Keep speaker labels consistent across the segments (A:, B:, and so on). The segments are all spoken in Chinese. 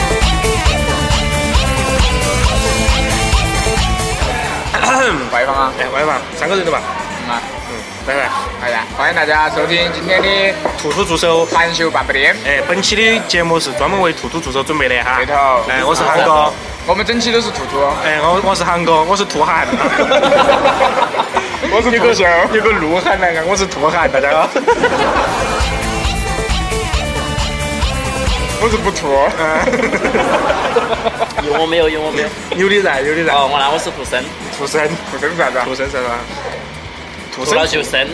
A: 哎个人的吧。
B: 啊，
A: 嗯，拜拜。
B: 好的，欢迎大家收听今天的
A: 土兔助手，
B: 含羞半步癫。
A: 哎，本期的节目是专门为土兔助手准备的哈
B: 对头。
A: 哎，我是韩哥。
B: 我们整期都是兔兔，
A: 哎，我我是韩哥，我是兔韩。
B: 我是
A: 有
B: 兔
A: 个
B: 秀
A: 有个鹿晗来个，我是兔晗，大家好。
B: 我是不兔。
C: 有我没有，有我没有。
A: 哎有的在，有的在。
C: 哦，我那我是兔生，
A: 畜生，
B: 兔生啥子啊？
A: 畜生啥子啊？兔
C: 兔老修生，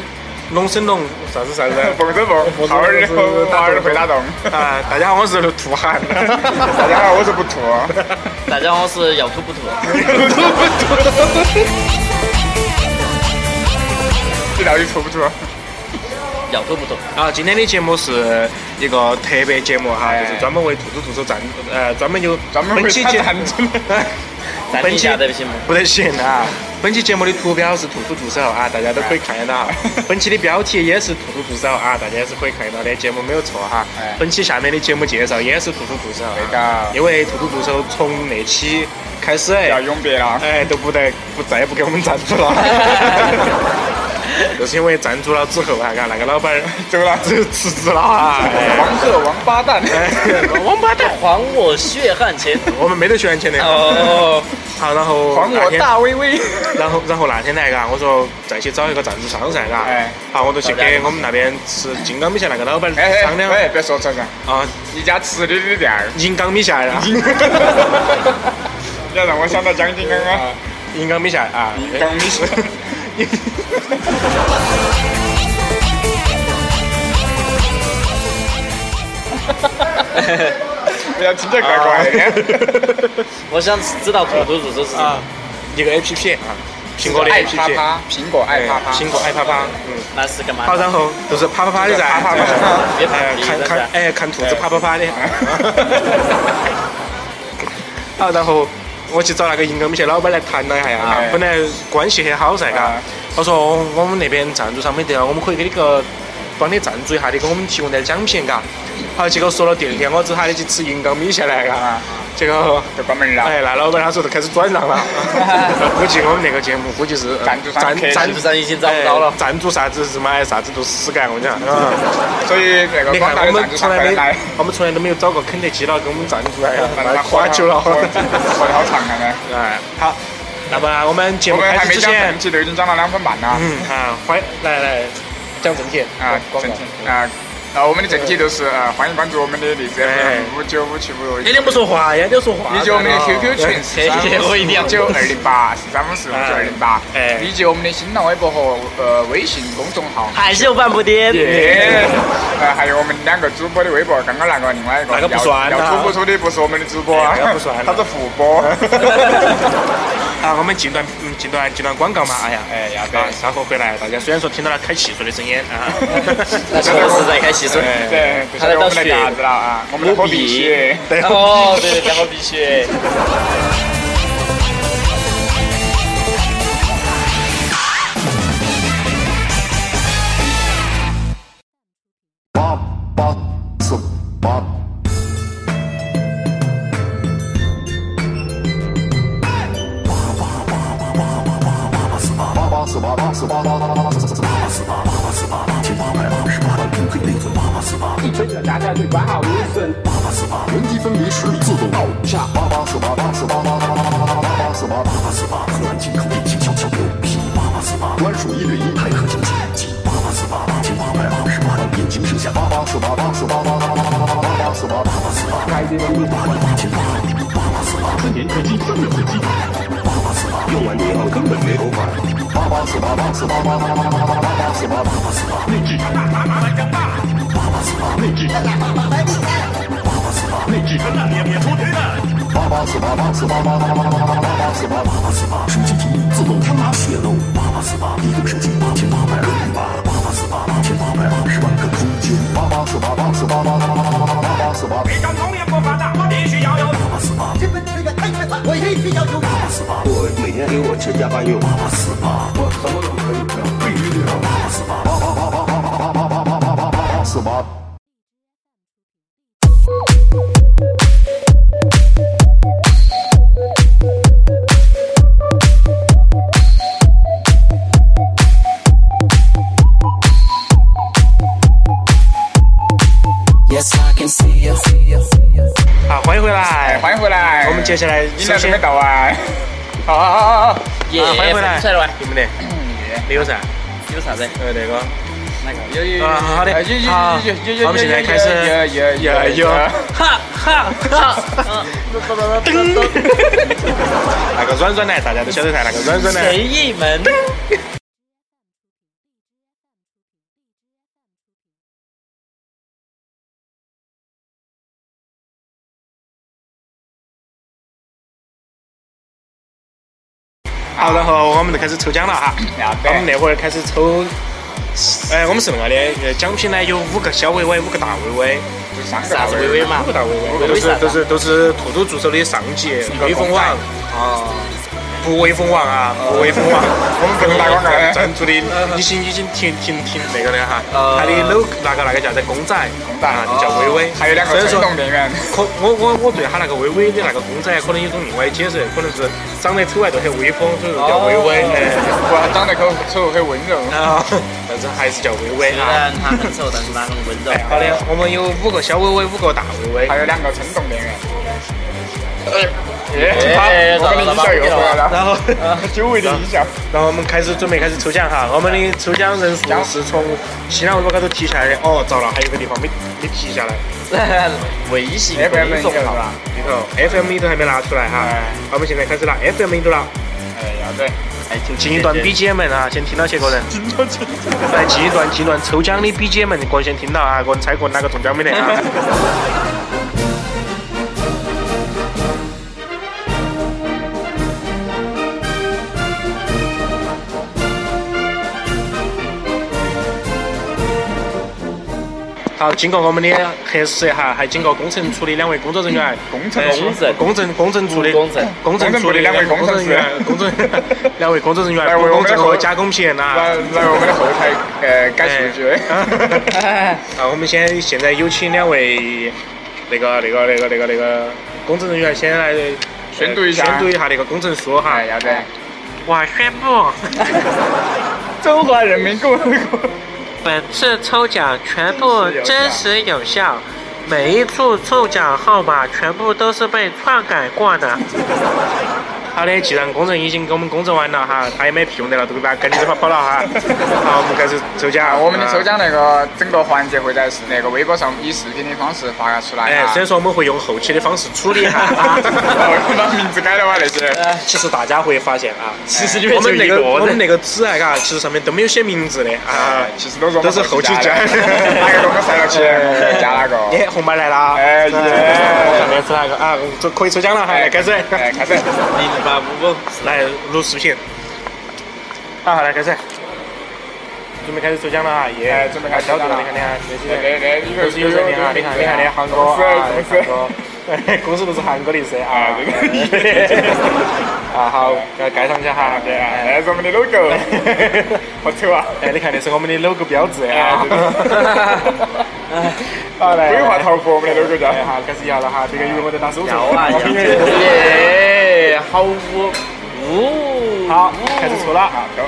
A: 龙生龙，啥子啥子？
B: 蹦着蹦，耗儿耗儿会打洞。
A: 啊，大家好，我是兔晗。
B: 大家好，我是不兔。
C: 大家好，我是要吐不吐。
B: 你到底兔不兔？
C: 要吐不吐。
A: 啊，今天的节目是一个特别节目哈，
B: 哎
A: 就是专门为兔子助手赞，呃，专门有
B: 专门为
A: 本期
B: 他
A: 节
B: 赞助
C: 暂
A: 本
C: 停一
A: 期
C: 下，对不起嘛。
A: 不得行啊！本期节目的图标是兔兔助手啊，大家都可以看得
B: 哎
A: 到。本期的标题也是兔兔助手啊，大家也是可以看得到的，节目没有错哈
B: 哎。
A: 本期下面的节目介绍也是兔兔助手啊，
B: 对的
A: 因为兔兔助手从那期开始，
B: 要永别了。
A: 哎，都不得不再也不给我们赞助了， 就是因为赞助了之后啊，嘎那个老板儿
B: 走了，
A: 就辞职 了啊。哎
B: 黄鹤王八蛋。
A: 王八蛋！
C: 还我血汗钱。
A: 我们没得血钱的。
C: 哦，
A: 好，然后
B: 还
A: 那
B: 我
A: 天，
B: 大威威。
A: 然后然后那天来嘎，我说再去找一个赞助商噻嘎。
B: 哎
A: 好，我就去给我们那边吃金刚米线那个老板
B: 哎
A: 商量
B: 哎，别说错噻，
A: 啊，
B: 一家吃的的店儿。
A: 银刚米线啊，
B: 要让我想到江金刚啊，
A: 银刚米线啊，
B: 银刚米线。不要听着怪怪的。
C: 我想知道吐吐吐吐是什么。
A: 啊，一个 A P P 啊，苹果的 A
B: 爱
A: P
B: 啪
A: P，
B: 啪，苹果爱啪啪，
A: 苹果爱啪啪，嗯。
C: 那是干嘛
A: 好，？然后哦就是啪啪啪的噻，
B: 啪啪啪
C: 别啪
A: 哎，看看，哎，看兔子啪啪啪的。 好，啊然后我去找那个银刚米线老板来谈了一下呀
B: 哎，
A: 本来关系很好噻，嘎
B: 哎。
A: 我说哦我们那边赞助商没得了，我们可以给你个帮你赞助一下，你给我们提供点奖品，嘎。好，结果说了第二天，我只喊你去吃银刚米线 来，嘎
B: 啊。
A: 结果。
B: 就关门了。
A: 哎，那老板他说都开始转让了，估计我们那个节目估计是
B: 赞助商
A: 赞
B: 开始
C: 基
A: 赞
C: 本上已经找不到了
A: 哎。赞助啥子什么哎啥子都死干，我跟你讲啊。
B: 所以那个
A: 哎你
B: 广
A: 看
B: 大
A: 我
B: 的赞
A: 们
B: 助
A: 从
B: 商
A: 来
B: 快来
A: 没，，我们从来都没有找过肯德基佬给我们赞助哎呀，
B: 来
A: 夸球 了。
B: 说的好长啊呢。
A: 哎，好，那么我们节
B: 我
A: 目
B: 们
A: 开
B: 还没
A: 始之
B: 讲
A: 前
B: 正，题，都已经讲了两分半了。
A: 嗯啊，欢来来讲正题
B: 啊，
A: 广
B: 正
A: 告
B: 题啊，啊，我们的正题就是呃，欢迎关注我们的荔枝 FM 五九五七五六
A: 哎，你不说话哎呀？你要说话。
B: 以及我们的 QQ 群
A: 对
B: 是三
C: 这个我一定要
B: 五九二零八，是三五四五九二零八
A: 哎，
B: 以及我们的新浪微博和呃微信公众号。
C: 害羞半步癫。
B: 耶！呃，还有我们两个主播的微博，刚刚那个另外一个
A: 那个不
B: 要
A: 算
B: 要
A: 呐
B: 出不出的不是我们的主播啊
A: 哎，那个不算呐
B: 他是副播。
A: 啊，我们进段嗯进段进段广告嘛，哎呀，
B: 哎，要
A: 啊
B: 得，。
A: 稍后回来，大家虽然说听到了开汽水的声音啊，
C: 那确实在开汽水。
B: 对，这
C: 他
B: 是
C: 在
B: 我
C: 倒
B: 们的
C: 血
B: 嘎子了啊，我们的
C: 我
B: 火
C: 比
B: 比血。
A: 对
C: 哦，对对，然后必须。
D: 八八是八。八八四八八四八八八八八四四八八四八八八四八八千八百二十八万平黑内存八八四八一圈的大战队八号无分八八四八人机分离实力自动倒下八八四八八四八八八八八八八八四八八八四八河南进口地形小小牛皮八八四八专属一对一台客经济及八八四八八千八百二十八万引擎剩下八八四八八四八八八八八八八四八八八四八开机八万八千八八八四八年科技真的很鸡八八四八用完以后根本没头发八八四八八四八八八八八八八四八八八四八内置八八八八八四八内置八八八八四八内置那也别出推了八八四八八四八八八八八八八四八八八四八手机屏幕自动他妈泄露八八四八移动手机八千八百二八八八四八八千八百二十万个空间八八四八八四八八八八八八八八四八
E: 违章农业不发达，必须要有
D: 八四八
F: 身份确认太快了，我一定要求。
D: 八四八，我每天给我吃加班药。八八四八，我什么都可以吃，必须得八八四八，八八八八八八八八八八八八四八。
A: 回来，
B: 哎欢迎回来。
A: 我们接下来
B: 饮
A: 首
B: 料准
A: 先
B: 备到啊！好好好好好，
C: 耶，
A: 啊欢迎回来
C: 出来了吧？
A: 有没得？
B: 嗯
A: 没有噻。
C: 有啥子？
A: 呃，那个，
C: 哪个？
B: 有有有，
A: 啊，好的，
B: 有有
A: 好
B: 有有有有，
A: 我们现在开始，
B: 有有有
A: 有
B: 有。
C: 哈哈哈！
A: 那个软软来，大家都晓得噻，那个软软来
C: 谁。一门？
A: 好，然后我们就开始抽奖了哈。
B: 好的
A: 我们那会儿开始抽，哎，我们是那个的，呃奖品呢有五个小微微，五个大微微，
B: 就上个
C: 啥子微微嘛
A: 五？个大微微，都
C: 微
A: 是
C: 啥子
A: 都是都是兔兔助手的上级威风网，
B: 哦，
A: 不威风网 啊，不威风网，我们不能打广告
B: 呃
A: 赞助的已经已经停停停那个的哈，
C: 呃
A: 它的 logo 那个那个叫做公仔，
B: 公仔
A: 啊就叫微微，
B: 还有两个
A: 所以说
B: 传统店员，
A: 可我我我对他那个微微的那个公仔可能有种另外的解释，可能是长得丑还都很威风，所以说叫微微。哎
B: 我长得口丑很温柔。
A: 啊，但是还是叫微微
C: 虽
A: 啊。哎
C: 然他很瘦，但是他很温柔。
A: 好的，我们有五个小微微，五个大微微。
B: 还有两个冲动店员。
C: 哎哎
B: 好，我们的音效又回来了，
A: 然后，
B: 久违的音效。
A: 然后我们开始准备开始抽奖哈。我们的抽奖人数是从新浪微博开始提下来的。哦，糟了，还有一个地方没没提下来，
C: 微信
B: FM
C: 公众号
B: 吧？
A: 里头 FM 里头还没拿出来哈。我们现在开始拿 FM 里头了，
B: 哎，要得。
C: 哎，就
A: 进一段 BGM 啊，先听到些个人。来进一段进一段抽奖的 BGM，各位先听到啊，各人猜过哪个中奖没得啊？好，经过我们的核实哈，还经过工程处的两位工作人员，
B: 工程
A: 呃
B: 工
C: 程
A: 工程工程处的
C: 工程
A: 工程处的
B: 哎工程部的两位
A: 工
B: 工程
A: 人
B: 师
A: 员，工程 两位工作人员，
B: 来为我
A: 工工
B: 们
A: 程
B: 来
A: 和
B: 和
A: 加工啊片呐。
B: 来来，我们的后台呃改数据。
A: 啊，我们先现在有请两位那个那个那个那个那个工程人员先来呃
B: 宣读一下
A: 宣读一下那个工程书哈
B: 哎，。要得。
A: 我宣布，
B: 中华人民共和国。
A: 本次抽奖全部真实有效，每一处抽奖号码全部都是被篡改过 的。好的，既然工程已经给我们工作完了哈，他也没屁用的了，都给他赶紧跑跑了哈。好，我们开始抽奖。
B: 我们的抽
A: 啊。
B: 奖那个整个环节会在是那个微博上以视频的方式发出来
A: 哎，
B: 啊。
A: 虽然说我们会用后期的方式处理哈。
B: 哦把名字改了哇那些。
A: 其实大家会发现啊，
C: 其实里
A: 我
C: 面就
A: 们那
C: 一
A: 个我们
C: 人。
A: 那个纸啊，嘎，其实上面都没有写名字的啊，
B: 其实都是我
A: 都
B: 们
A: 是后期加
B: 加的，哪啊哎个给我们塞了起，我们 加哪个。
A: 耶，红包来啦！
B: 哎耶
A: 上面是那个啊，这可以抽奖了哈，来开始，
B: 哎，开始。
C: 零八五五，
A: 来录视频。好，好来开始，准备开始抽奖了哈，耶！
B: 哎准备开始
A: 哎小
B: 抽
A: 组
B: 奖
A: 你
B: 了
A: 看你看，这
B: 那
A: 些
B: 那那，你
A: 都是有人的啊，你看你看的韩哥啊，
B: 公司
A: 韩哥，哎公司都是韩国的噻啊
B: 啊，对对对
A: 啊好，要盖上去哈，
B: 对啊，那是我们的 logo，好丑啊！
A: 哎，你看，这是我们的 logo 标志啊
B: 哎对对。
A: 好嘞，
B: 规划
A: 头。
B: 头佛，我们的 logo 叫。
A: 哎，好，开始摇了哈，这个鱼我在打手肘。
C: 摇啊摇
A: 啊
C: 耶，好
A: 嗯
C: 五五，
A: 好，开始抽了啊，
B: 走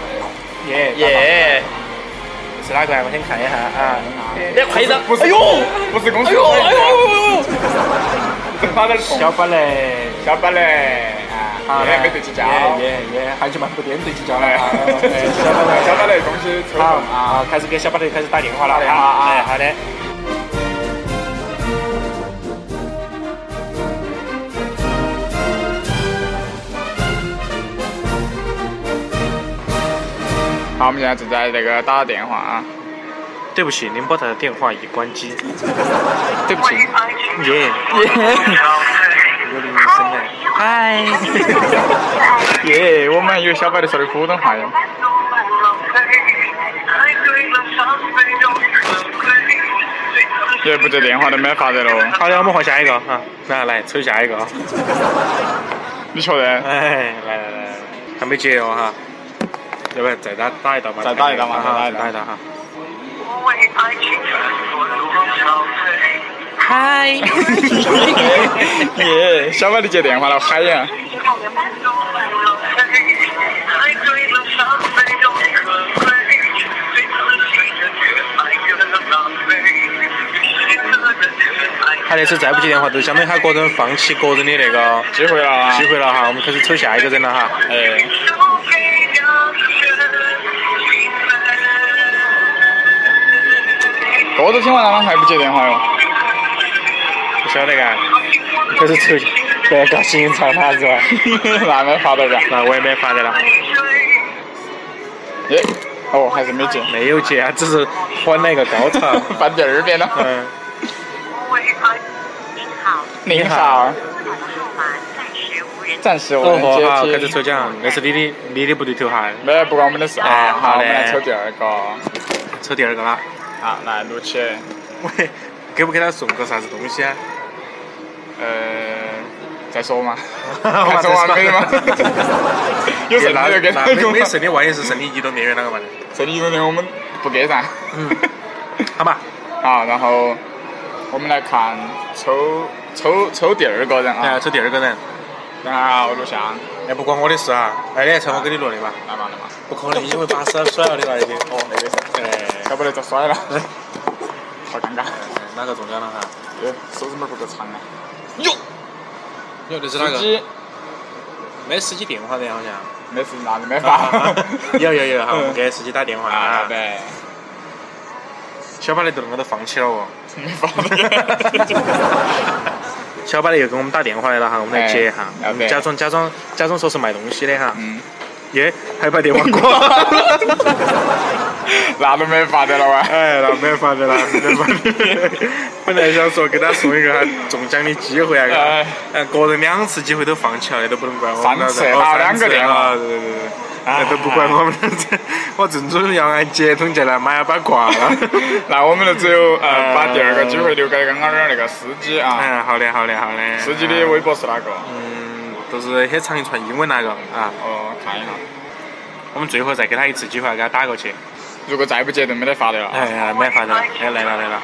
A: 耶，
C: 耶，
A: 是哪个啊？我先看一下啊。
C: 哎，快一张，
B: 不是
C: 哎呦，
B: 不是公司，
C: 哎呦，哎呦，哎呦，
B: 正在小
A: 小巴嘞，
B: 下班嘞，啊，
A: 哎
B: 也没得去交。
A: 耶耶耶，还去漫步店对去交了
B: 哎
A: 啊。哎，小巴嘞，
B: 小班嘞，恭喜抽
A: 好
B: 中啊！
A: 啊，开始给小巴嘞开始打电话了
B: 打电话啊
A: 哎，好的。
B: 好，我们现在正在那个打电话啊。
A: 对不起，您拨打的电话已关机。
B: 对不起，
A: 耶，有铃声哎。嗨。
B: 耶，我们有小白的说的普通话哟。也不接电话都没法得 了，
A: 好的，我们换下一个啊，那来抽下一个啊。
B: 你确认？
A: 哎，来来来，还没接哦哈，要不然再打打一道嘛？
B: 再打一道嘛
A: 啊
B: 再打
A: 再
B: 一道
A: 打一道哈。
B: 耶，小白的接电话了，嗨呀！
A: 他那次再不接电话，就相当于他个人放弃个人的那个
B: 机会了啊
A: 机！会了哈。我们开始抽下一个人了哈。
B: 哎，歌都听完了吗？还不接电话哟？
A: 不晓得嘎，开始抽，别搞新唱他是吧？
B: 那没发到这儿。
A: 那我也没法得了，
B: 耶，哦，还是没接，
A: 没有接，啊只是缓了一个高 潮。
B: 翻第二遍了。
A: 嗯，
G: 您好，
B: 您好，
G: 拨打的号码暂时无人
B: 暂时我
A: 哦
B: 们
A: 豁哈，
B: 接
A: 开
B: 听
A: 始。抽奖，那是你的你的不对头哈，
B: 没有，不关我们的事
A: 哎
B: 啊。
A: 好
B: 好，我
A: 嘞
B: 们来抽第二个。好，
A: 抽第二个啦。
B: 来录起。
A: 喂，给不给他送个啥子东西啊？
B: 呃，再说嘛。
A: 我
B: 还说完没吗？有剩的就给他
A: 那没
B: 用
A: 没
B: 了。
A: 剩的，万一是剩的移动电源啷个办呢？
B: 这里有点我们不给噻。
A: 嗯 好嘛，
B: 啊，然后我们来看抽抽抽第二个人
A: 来
B: 啊，
A: 抽第二个人。
B: 等下我录像，
A: 哎，不关我的事啊！哎，你还猜我给你录的吧？
B: 来嘛来嘛，
A: 不可能，因为把手甩了的吧已经。
B: 哦那个是，
A: 哎，
B: 要不然就摔了，好尴尬，
A: 哪个中奖了哈？
B: 哎手指拇儿不够长啊，
A: 哟，这是
B: 手机
A: 没司机电话的好像。啊
B: 没事拿着没法，
A: 有有有，好，我们
B: 嗯
A: 给司机打电 话啊。
B: 啊对，
A: 小巴的都那个都放弃了哦。
B: 没法，
A: 小巴的又给我们打电话来了哈，我们来接一下
B: 哎，要
A: 我们
B: 得
A: 假装假装假装说是卖东西的哈。
B: 嗯，
A: 耶，还把电话挂 了。
B: 那都没法得了啊哇，
A: 哎，那没法的啦，没法的。本来想说给他送一个他中奖的机 会啊，
B: 哎
A: 哎，个人两次机会都放弃了，那都不能怪我们
B: 三
A: 了。
B: 次
A: 哦
B: 打
A: 三
B: 两
A: 次
B: 个电话
A: 啊对对对，那都不怪我们了。我正准要按接通进来，妈呀，把挂了。
B: 那我们就只有呃
A: 哎
B: 把第二个机会留给刚刚的那个司机啊，
A: 哎，好的好的好的。
B: 司机的微博是哪个？
A: 嗯，都是很长一串英文那个啊。
B: 哦，看一下，
A: 我们最后再给他一次机会，给他打过去。
B: 如果再不接就没得法得了。
A: 哎呀，没法的，哎，来了来了。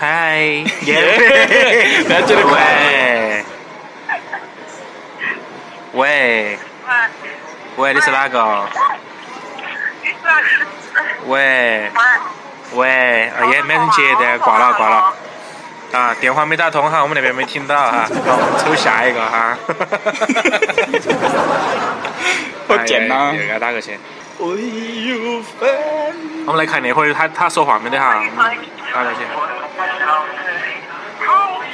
A: 嗨， 耶
B: 大家觉得
A: 喂，喂，喂，哎你是哪个？喂，喂，哎呀，没人接的，挂了挂了。啊，电话没打通哈，我们那边没听到哈，好，我们抽下一个 哈。
B: 好贱呐
A: 哎呀又给他打过去。
B: 唯有分。
A: 我们来看那会儿他他说话没得哈，我们打过去。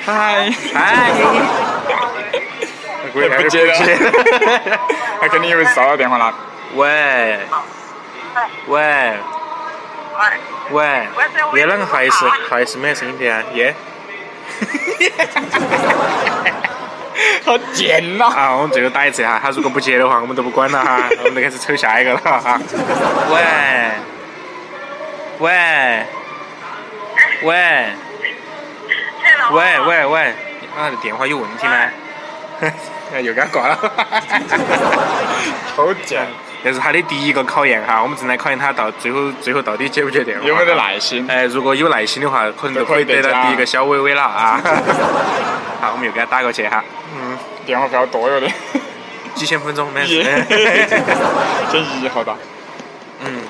B: 嗨，
A: 哎，
B: 也不接了，他哎肯定以为是骚扰电话了。
A: 喂，喂，喂，耶，啷个还是还是没有声音的啊？耶，
B: 好贱呐、
A: 啊，我们最后打一次哈，他如果不接的话，我们都不管了 哈，我们就开始抽下一个了哈。喂，喂，喂，喂喂喂，啊，电话有问题吗？ 又给他挂了。
B: 好贱，
A: 这是他的第一个考验哈，我们正在考验他到最后最后到底接不接电话。
B: 有没得耐心？
A: 哎，如果有耐心的话，可能就可以得到第一个小伟伟了 啊！好，我们又给他打过去哈，
B: 电话费好多哟的，
A: 几千分钟没事
B: 耶， 真一号大。
A: 嗯，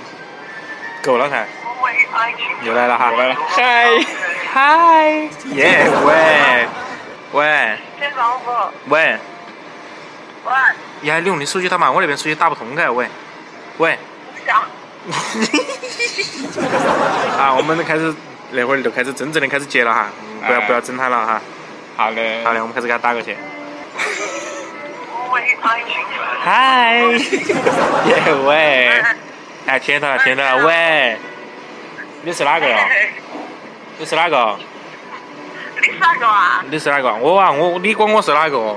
A: 够了噻，又来了哈，
B: 来了，嗨，
A: 嗨，耶，喂，喂，喂，你还用你手机打嘛？我那边手机打不通的，喂，喂，啊，我们开始那会儿就开始真正的开始接了哈，嗯不要
B: 哎
A: 不要整他了哈，
B: 好的，
A: 好嘞，我们开始给他打过去，嗨， 耶，喂。哎，听得到了，听得到了。喂，你是哪个哟？你是哪个？你是哪个？我啊，我你管我是哪个？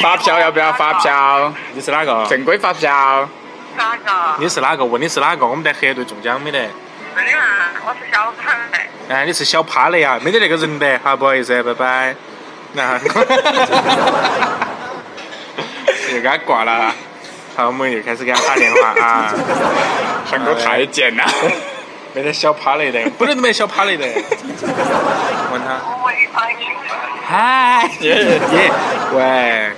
B: 发票要不要发票？
A: 你是哪个？
B: 正规发票。
G: 哪个？
A: 你是哪个？问你是哪个？我们在黑队中奖没得？
G: 真的吗？我是小胖的。
A: 哎，你是小趴的呀，没得那个人的。啊好，不好意思，拜拜。那 又给他挂了。好，我们又开始给他打电话啊。
B: 韩哥太贱了，
A: 没得小趴雷的，不能没小趴雷的。问他。嗨， 耶耶，喂。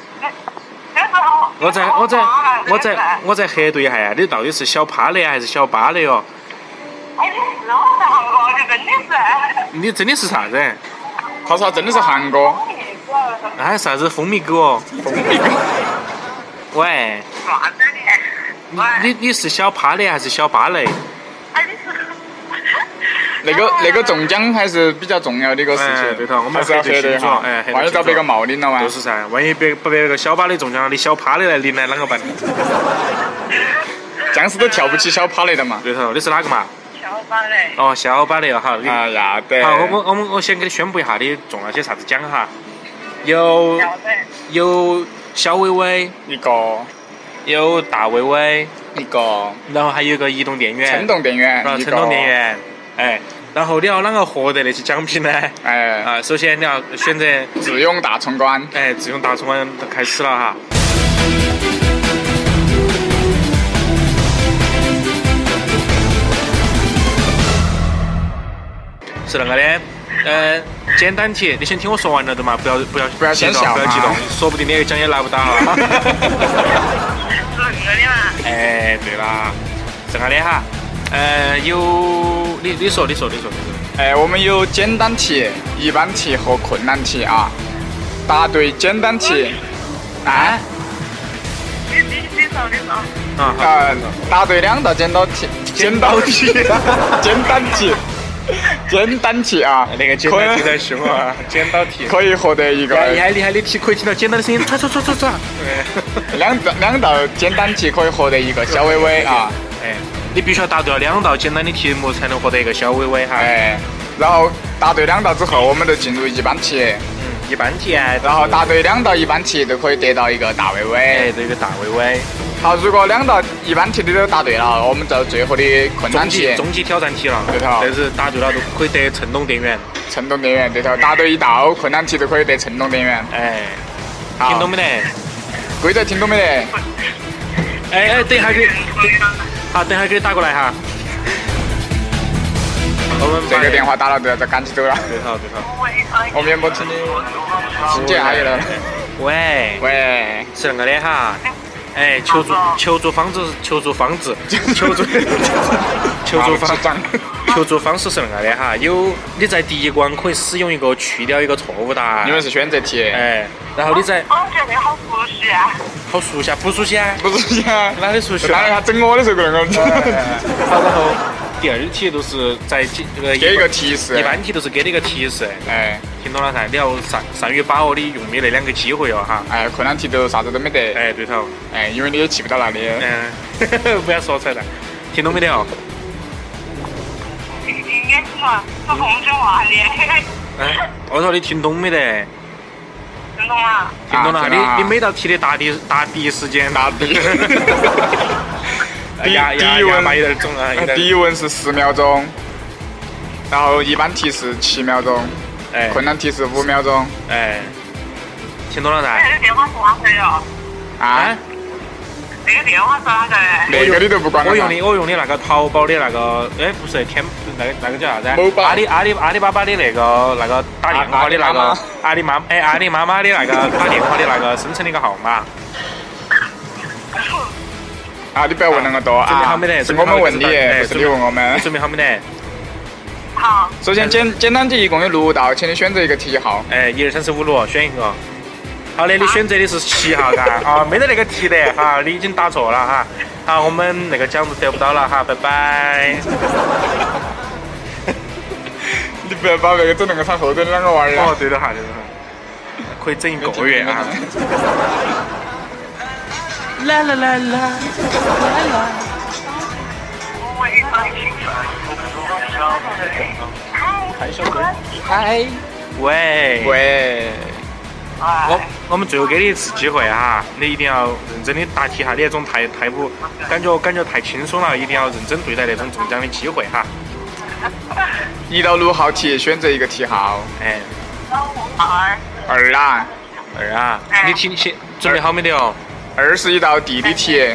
A: 我在我在我在我在核对一下呀，你到底是小趴的呀还是小巴的哟？
G: 哎，那我在韩国。哦，这真的是。
A: 你真的是啥子？
B: 他说他真的是韩哥，
A: 啊，啥子蜂蜜狗哦？
B: 蜂蜜哥，
A: 喂，
G: 啥子的？
A: 你
G: 喂，
A: 你你是小趴类还是小芭蕾？
G: 哎，你是。
B: 那个那个中奖还是比较重要的一个事
A: 哎
B: 情，
A: 对头我们
B: 还是
A: 要
B: 要
A: 黑得
B: 黑的
A: 清楚
B: 哈
A: 哎黑，得
B: 万一遭
A: 清楚
B: 别个冒领了嘛
A: 就，是噻，万一别把别个小芭蕾中奖了，你小趴类来领来啷个办？
B: 僵尸都跳不起小趴来的嘛。
A: 对头，你是哪个嘛？
G: 小张嘞。
A: 哦，小芭蕾哦，好，你
B: 啊，要得。
A: 好，我们我们我先给你宣布一下，你中了些啥子奖哈？有
G: 小子，
A: 有小薇薇，
B: 一个
A: 有大薇薇，
B: 一个
A: 然后还有个移动电源，
B: 城，东电源
A: 然，后
B: 一
A: 城
B: 个
A: 东电，源，哎，然后你要啷个获得那些奖品呢？
B: 哎，
A: 啊，首先你要选择，
B: 智勇大闯关，
A: 哎，自从大冲完开始了哈。是那个的，呃，简单题，你先听我说完了的嘛，不要不要
B: 不要
A: 激
B: 先
A: 动，
B: 笑
A: 不要
B: 嘛
A: 激动，说不定哪个奖也拿不到啊。
G: 是那个的嘛？
A: 哎，对啦，这个的哈，呃，有你你说你说你说你说，
B: 哎，我们有简单题、一般题和困难题啊。答对简单题，
A: 哎
B: 啊，
G: 你你你说你说。
A: 啊，好
B: 呃，答对两道剪刀题，剪刀 题，简单题，简单题啊，
A: 那个简
B: 可
A: 单
B: 以
A: 题在凶啊，剪刀题。
B: 可以获得一个
A: 厉害厉害的题，可以听到简单的声音，唰唰唰唰唰。
B: 两道两道简单题可以获得一个小微微啊，
A: 哎，你必须要答对了两道简单的题目，才能获得一个小微微哈。
B: 哎，然后答对两道之后，我们就进入一般题，
A: 一般题啊，
B: 然后答对两道一般题就可以得到一个大微
A: 哎
B: 微。
A: 这个大微微，
B: 好，如果两道一般题你都答对了，我们就最后的困难
A: 终
B: 题
A: 极，终极挑战题哎了，
B: 对头
A: 但是答对了都可以得城东电源。
B: 城东电源对头，答对一道困难题就可以得城东电源。
A: 哎，
B: 好
A: 听懂没得？
B: 规则听懂没得？
A: 哎哎，等一下给，好，啊等一下给你打过来哈。我们
B: 这
A: 把
B: 个电。话打了就就赶起走了，
A: 对头对头。
B: 我们也没听听见还有了。
A: 喂，
B: 喂，
A: 是那个的哈。哎，求助求助方式求助方 式求助求助方
B: 智障，
A: 求助方式是恁个的哈，有你在第一关可以使用一个去掉一个错误答案，
B: 你们是选择题，
A: 哎，然后你在
G: 我觉得哦好熟悉啊！
A: 好熟悉啊，不熟悉啊？
B: 不是呀？
A: 哪里熟悉
B: 当然
A: 啊？
B: 他整我的时候，那个
A: 好，然后第二题就是在几这个
B: 给一
A: 一
B: 个
A: 般
B: 提示
A: 一，般题都是给你一个提示，
B: 哎
A: 听懂了噻？你要善善于把握你用的那两个机会哦哈。
B: 哎，困难题都啥子都没得，
A: 哎，对头，
B: 哎，因为你也记不到那里。
A: 嗯， 不要说出来了，听懂没得哦？
G: 应该是嘛，是红军娃的，
A: 哎，我说你听懂没得？
G: 真的吗？
A: 听懂了，
B: 啊
A: 你你每道题的答题答第一时间答
B: 第
A: 哎呀
B: 第
A: 呀
B: 一
A: 呀
B: 问
A: 妈有点重啊，有点
B: 第一问是十秒钟，然后一般题是七秒钟，
A: 哎
B: 困难题是五秒钟
A: 哎，听懂了噻？
G: 这个电话是啷个哟？
B: 啊，
G: 这个电话是啷个嘞？
B: 那个你都不管了
A: 我
B: 吗
A: 用的我用的那个淘宝的那个，哎，不是天，那个那个叫啥子？
B: Mobile
A: 阿里阿里阿里巴巴的那个那个打电话的那
B: 阿
A: 个
B: 里妈妈
A: 阿里妈哎阿里妈妈的那个打电话的那个生成的一个号码，
B: 啊，你不要问那么多
A: 准备好
B: 啊
A: 没得？，
B: 是我们问你，
A: 准备好没得
B: 不是你问我们
A: 你。准备好没得？
G: 好，
B: 首先简简单题一共有六道，请你选择一个题号。
A: 哎，一二三四五六，选一个。好的，你选择的是七号嘎，啊，没得那个题的哈，你已经答错了哈。好，我们那个奖得不到了哈，拜拜。
B: 你不要把那个整那个他后头啷个玩儿
A: 哦
B: 啊，？
A: 对的哈，对的哈，可以整一个月啊。啦啦啦啦。
G: 我一张清
B: 还小哥，嗨，
A: 喂，
B: 喂，
A: 我我们最后给你一次机会哈，你一定要认真的答题哈，你那种太太不感觉感觉太轻松了，一定要认真对待那种中奖的机会哈。
B: 一到六号题选择一个题号。
A: 哎，
G: 二，
B: 二啦，
A: 二啊，你听先准备好没得哦？
B: 二是一道地理题，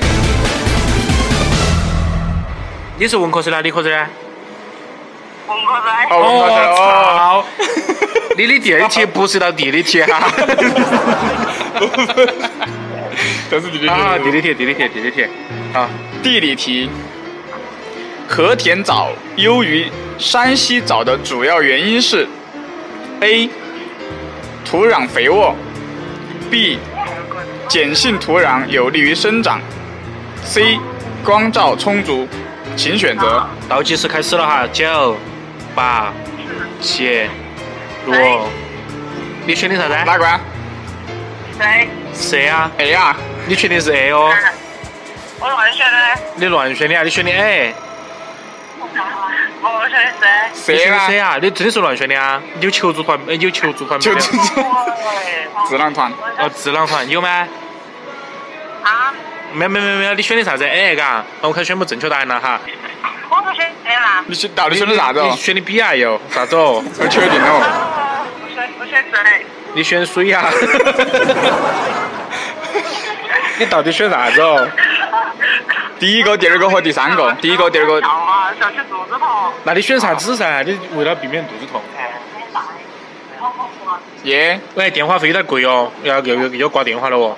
A: 你是文科生哪理科生呢？啊
G: 红哥仔，
B: 哦，文科生哦，
A: 操！你的第二题不是道地理题哈。
B: 这是地理题 啊
A: 啊，地理题，地理题，地理题。好，
B: 地理题，和田枣优于山西枣的主要原因是：A. 土壤肥沃；B. 碱性土壤有利于生长；C. 光照充足。请选择。
A: 倒计时开始了哈，九、八、七、六
G: 哎，
A: 你确定啥
B: 哪
A: 子？
B: 个啊
G: 谁？
A: 是啊，
B: ？A 啊？
A: 你确定是 A 哦？
G: 嗯，我乱选的，
A: 你乱选的啊，你选的 A，
G: 我选谁？
A: 你
B: C
A: 选的
B: 啊
A: C？啊，你真的是乱选的啊？有求助团，呃有求助团没
B: 就
A: 有？
B: 这智囊团
A: 哦，智囊团有吗？
G: 啊，
A: 没没没没，你选的啥子 A 嘎？那我开始宣布正确答案了哈。
G: 我不选谁啦？
B: 你选到底选的啥子？哦
A: 你？选的 B 啊又啥子哦？
B: 我确定哦。
G: 啊，我选我选谁？
A: 你选水呀、你到底选啥子哦？
B: 第一个、第二个和第三个，第一个、第二个，
G: 笑啊，笑起肚子痛。
A: 那你选啥子噻？你为了避免肚子痛。
B: 耶！
A: 喂，电话费有点贵哦，要又又要挂电话了哦。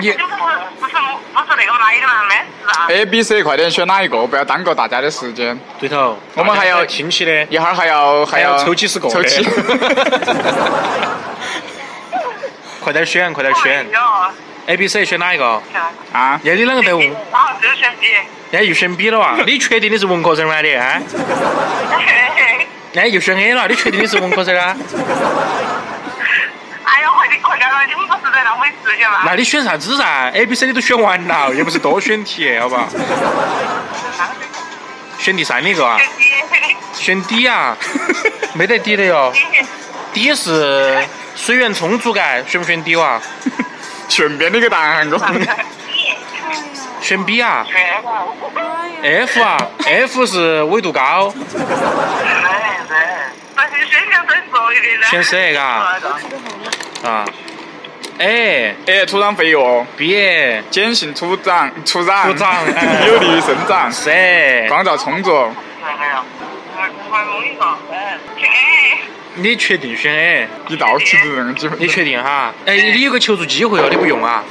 G: 你不是不是不是那个哪一个男的？是啊。
B: A、B、C，快点选哪一个，不要耽搁大家的时间。
A: 对头，哎
B: 我们还要
A: 清晰的。
B: 一会儿还要还
A: 还
B: 要
A: 要哎抽几十个
B: 抽几。
A: 快点选，快点选。A、B、C 选哪一个？
B: 啊！
A: 呀，你啷个在问？
G: 啊，只有选 B。
A: 呀，哎又选 B 了 哇？你确定你是文科生吗？你啊？哎，又选 A 了，你确定你是文科生啊？
G: 哎呀，快点快点了，你们不是在浪费时间吗？
A: 那你选啥子噻？A、B、C 你都选完了，又不是多选 题，好不好？选第三那个啊？选
G: 选 B，
A: D 啊？没得 D 的哟。D 是水源充足嘎，选不选 D 啊哇？
B: 顺便那个答 案我。
A: 选 B 啊？F 啊？F 是纬度高，选 C 嘎啊？A、
B: 哎，土壤肥沃，
A: B、
B: 碱性土壤，土壤，
A: 土 壤哎
B: 有利于生长，
A: C，
B: 光照充足。
A: 你确定选 A？
B: 你到起子人几分？
A: 你确定哈？哎，你有个求助机会哦，你不用啊？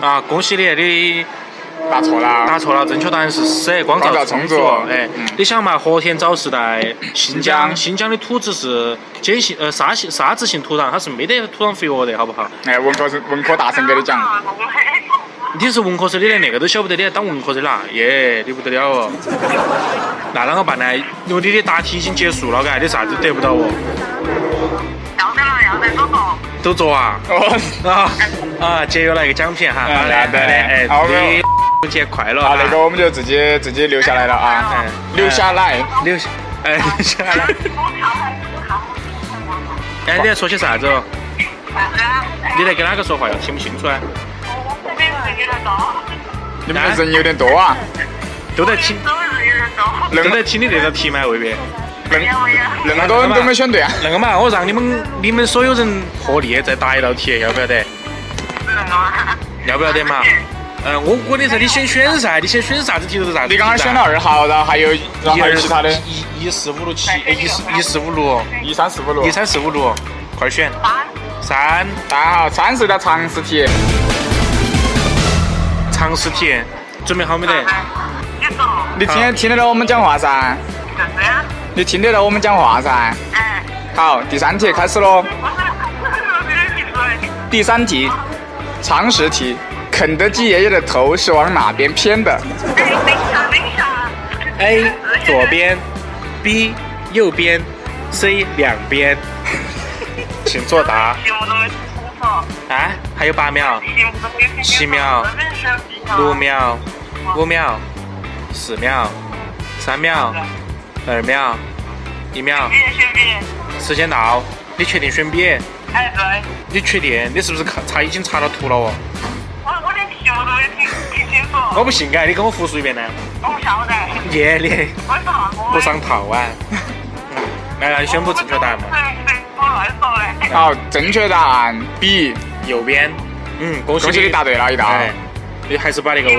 A: 啊，恭喜你，你
B: 答错了
A: 答。错了，正确答案是 C，光
B: 光
A: 照
B: 照
A: 充
B: 充足
A: 哎
B: 嗯，
A: 你想嘛，和田早时代，新
B: 疆
A: 疆新疆的土质是碱性呃沙性沙质性土壤，它是没得土壤肥沃的，好不好？
B: 哎，文科生，文科大神给你讲，。
A: 你是文科生，你连那个都晓不得，你还当文科生啦？耶，你不得了哦！那啷个办呢？因为你的答题已经结束了，嘎，你啥子得不到哦？
G: 要得了，要得多动。
A: 都做啊！
B: 哦，
A: 啊啊！节约了一个奖品哈！
B: 嗯
A: 好嘞
B: 好
A: 好
B: 的
A: 嘞，哎，
B: 好的
A: 你节快乐
B: 好，
A: 啊！
B: 那个我们就自己自己留下来了啊，
A: 哎
B: 留下来。
A: 留下，哎， 留下来。哎，你在说些啥子哦？你在跟哪个说话呀？听不清楚啊！
B: 你们人有点多啊，
A: 都在听，
B: 恁
A: 都在听你那道题吗？未必。
B: 恁么多人都没选对啊。
A: 那个嘛，我让你们你们所有人合力再答一道题，要不要得？要不要得嘛？嗯，我我的噻，你先选噻，你先选啥子题都是啥子。
B: 你刚刚选了。二号，然后还有，然后
A: 一
B: 还
A: 二
B: 有其他的，
A: 一一四五六七，哎一四一四五六，
B: 一三四五六
A: 一。三四五六，快选。三
B: 大家好，三十道常识题，
A: 常识题，准备好没得？
B: 你听听得到我们讲话噻？你听得到我们讲话噻？好，第三题开始喽。第三题，常识题，肯德基爷爷的头是往哪边偏的
A: A 左边，B 右边，C 两边，请作答。啊，还有八秒，六秒，五秒，四秒，三秒，二秒，一秒，时间到。你确定选 B？
G: 哎，对，
A: 你确定？你是不是看查已经查到图了哦？
G: 我我连题目都没听听清楚，
A: 我不信哎，你跟我复述一遍呢？
G: 我不晓得，
A: 耶，你
G: 我上我
A: 不上套啊！嗯，来来，宣布正确答案嘛。
G: 我乱说的。
B: 好，正确答案 B。
A: 右边，嗯，恭喜
B: 恭喜你答对了一道。
A: 哎，你还是把 那个微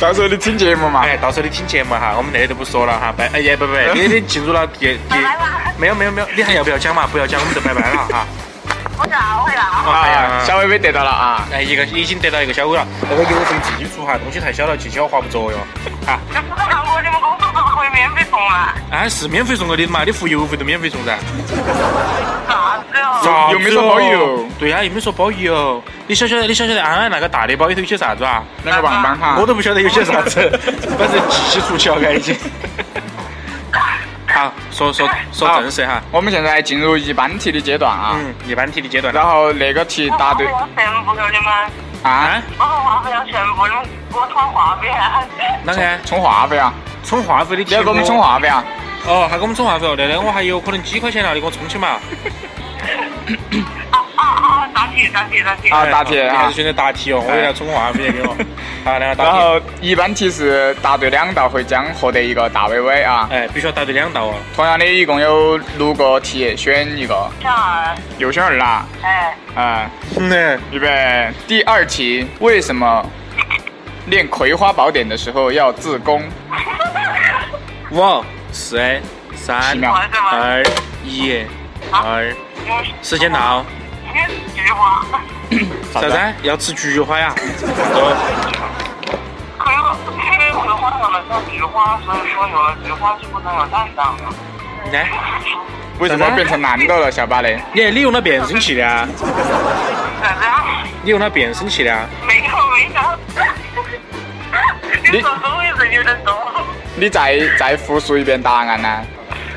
B: 到时候你听节目嘛。
A: 哎，到时候你听节目哈，我们那里都不说了哈，拜哎也不不， 你你进入了第第
G: 拜拜啦，
A: 没有没有没有，你还要不要讲嘛？不要讲，我们就拜拜了哈。哎
G: 我是安徽人啊。
B: 啊，小薇薇得到了啊，
A: 哎，一个已经得到一个小鬼了，那个邮费技术哈，东西太小了，技巧划不着哟。 啊，
G: 那不知道我你们工作是不是可以免费送啊？
A: 啊是免费送给你的嘛，你付邮费都免费送噻。
G: 啥子
A: 啥
G: 哦？
A: 子哦
B: 又没说包邮
A: 对呀、又没说包邮。你晓不晓得？你晓不晓得安安那个大的包里头有些啥子啊？
B: 那个棒棒哈
A: 我，都不晓得有些啥子， 反正记起出去了，已经。 好，说说说正事哈。
B: 我们现在进入一般题的阶段啊，
A: 嗯，一般题的阶段了。
B: 然后那个题答对
G: 我话不要全部了你们，
A: 哎
B: 啊，
G: 我话不要全部，你们给我充话费啊。
A: 啷个？
B: 充话费啊，
A: 充话费的题
B: 你要给我们充？话费啊，
A: 哦，还给我们充话费哦，那那我还有可能几块钱了，你给我充起嘛。
G: 啊啊啊！答题答题答题。
B: 啊答题啊
A: 哎还是选择答题哦，我给他充话费给我。好，哎然后
B: 然
A: 答题，
B: 后一般题是答对两道会将获得一个大威威啊，
A: 哎，必须要答对两道哦。
B: 同样的一共有六个题，选一个，
G: 啥？
B: 右选二啦，
G: 哎，
B: 啊，
A: 嗯，
B: 预备，第二题，为什么练《葵花宝典》的时候要自宫？
A: 五、四、三
B: 七、秒
G: 好的吗？
A: 二、一、二，时间。到。
G: 你菊花，
A: 啥子？要吃菊花呀？
G: 葵花，因为葵花有了叫菊花，所以说有了菊花就不能有蛋蛋了。
A: 来，
B: 为什么变成男的了，小巴雷？
A: 你你用了变声器的啊？
G: 咋的？
A: 你用了变声器的啊？
G: 没有没有。你说中意是有点中，
B: 你再再复述一遍答案啊呢？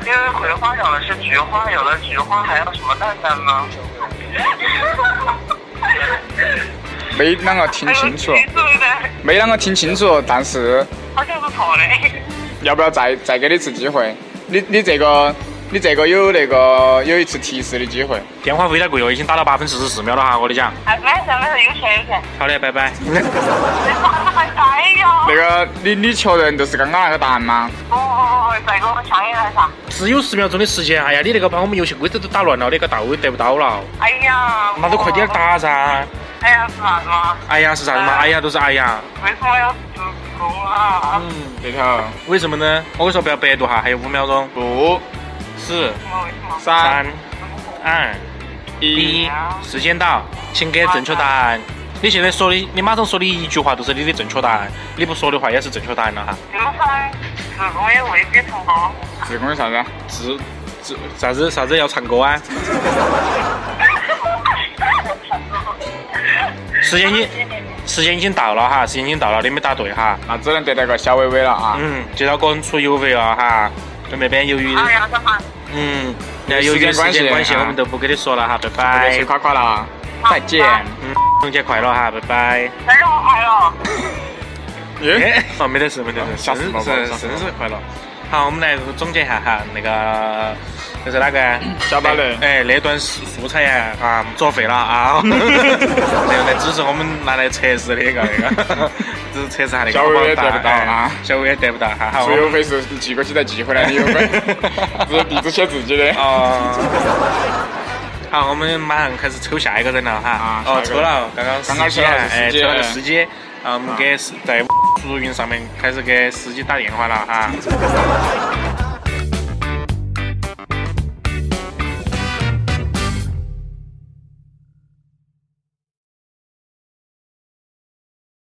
G: 因为葵花有的是菊花，有了菊花还有什么蛋蛋 呢？
B: 没啷个听清楚
G: 哎，呦对的，
B: 没啷个听清楚，但是
G: 好像是错的。
B: 要不要再再给你一次机会？你你这个你这个有那个有一次提示的机会。
A: 电话费有点贵哦，已经打到八分四十四秒了哈，我跟你讲。
G: 哎，没事没事，有钱有钱。
A: 好的，拜拜。
G: 你咋还在呀？
B: 那个你你确认就是刚刚那个答案吗？
G: 哦哦哦，再给我强一下噻。
A: 只有十秒钟的时间，哎呀，你那个把我们游戏规则都打乱了，那个到位得不到了，
G: 哎呀，
A: 那都快点打噻。
G: 哎呀，是啥子嘛？
A: 哎呀，是啥子嘛？哎呀，都是哎呀。
G: 为什么要自宫啊？
A: 嗯，
B: 这条
A: 为什么呢？我跟你说，不要百度哈，还有五秒钟。
B: 五
A: 四、
G: 为什么？为什么？
B: 三
A: 三、二、
B: 一
A: 一，时间到，请给正确答案。你现在说的，你马上说的一句话就是你的正确答案，你不说的话也是正确答案了哈。
G: 就算自宫也未必成功。
B: 自宫有啥子？
A: 自自啥子啥子要唱歌啊？时间已经时间已经到了哈，时间已经到了，你没答对哈。
B: 那只能得到个小微微了啊！
A: 嗯，就要个人出邮费了哈。准备边由于
G: 哎呀，干嘛？
A: 嗯，那由于时间啊关系，我们都不给你说了哈，拜
B: 别
A: 拜
B: 吃。夸夸了啊，再见。
A: 嗯，中秋节快乐哈，拜拜。
G: 生日快乐！
B: 耶，
A: 哎，哦，没得事，没得事，
B: 啊吓
A: 生
B: 死
A: 日
B: 宝宝吓死
A: 生
B: 宝宝
A: 日快乐。好，我们来总结一下哈，那个就是那 个
B: 小巴雷
A: 哎，那段素素材呀啊作废了啊， 然后呢，只是我们拿来测试的一个那个， 只是测试下那个
B: 小伟也
A: 好不好
B: 得不到
A: 哎
B: 啊
A: 小伟也得不到哈，好。
B: 出邮费是寄过去再寄回来的邮费， 只是地址写自己的。
A: 哦。 好，我们马上开始抽下一个人了哈
B: 啊。
A: 哦，
B: 下一
A: 抽
B: 个人
A: 了，刚刚
B: 刚
A: 司
B: 刚
A: 机
B: 抽
A: 啊
B: 到的司
A: 哎，抽
B: 机啊
A: 到的司机。 啊，我们给司在出租云上面开始给司机打电话了哈。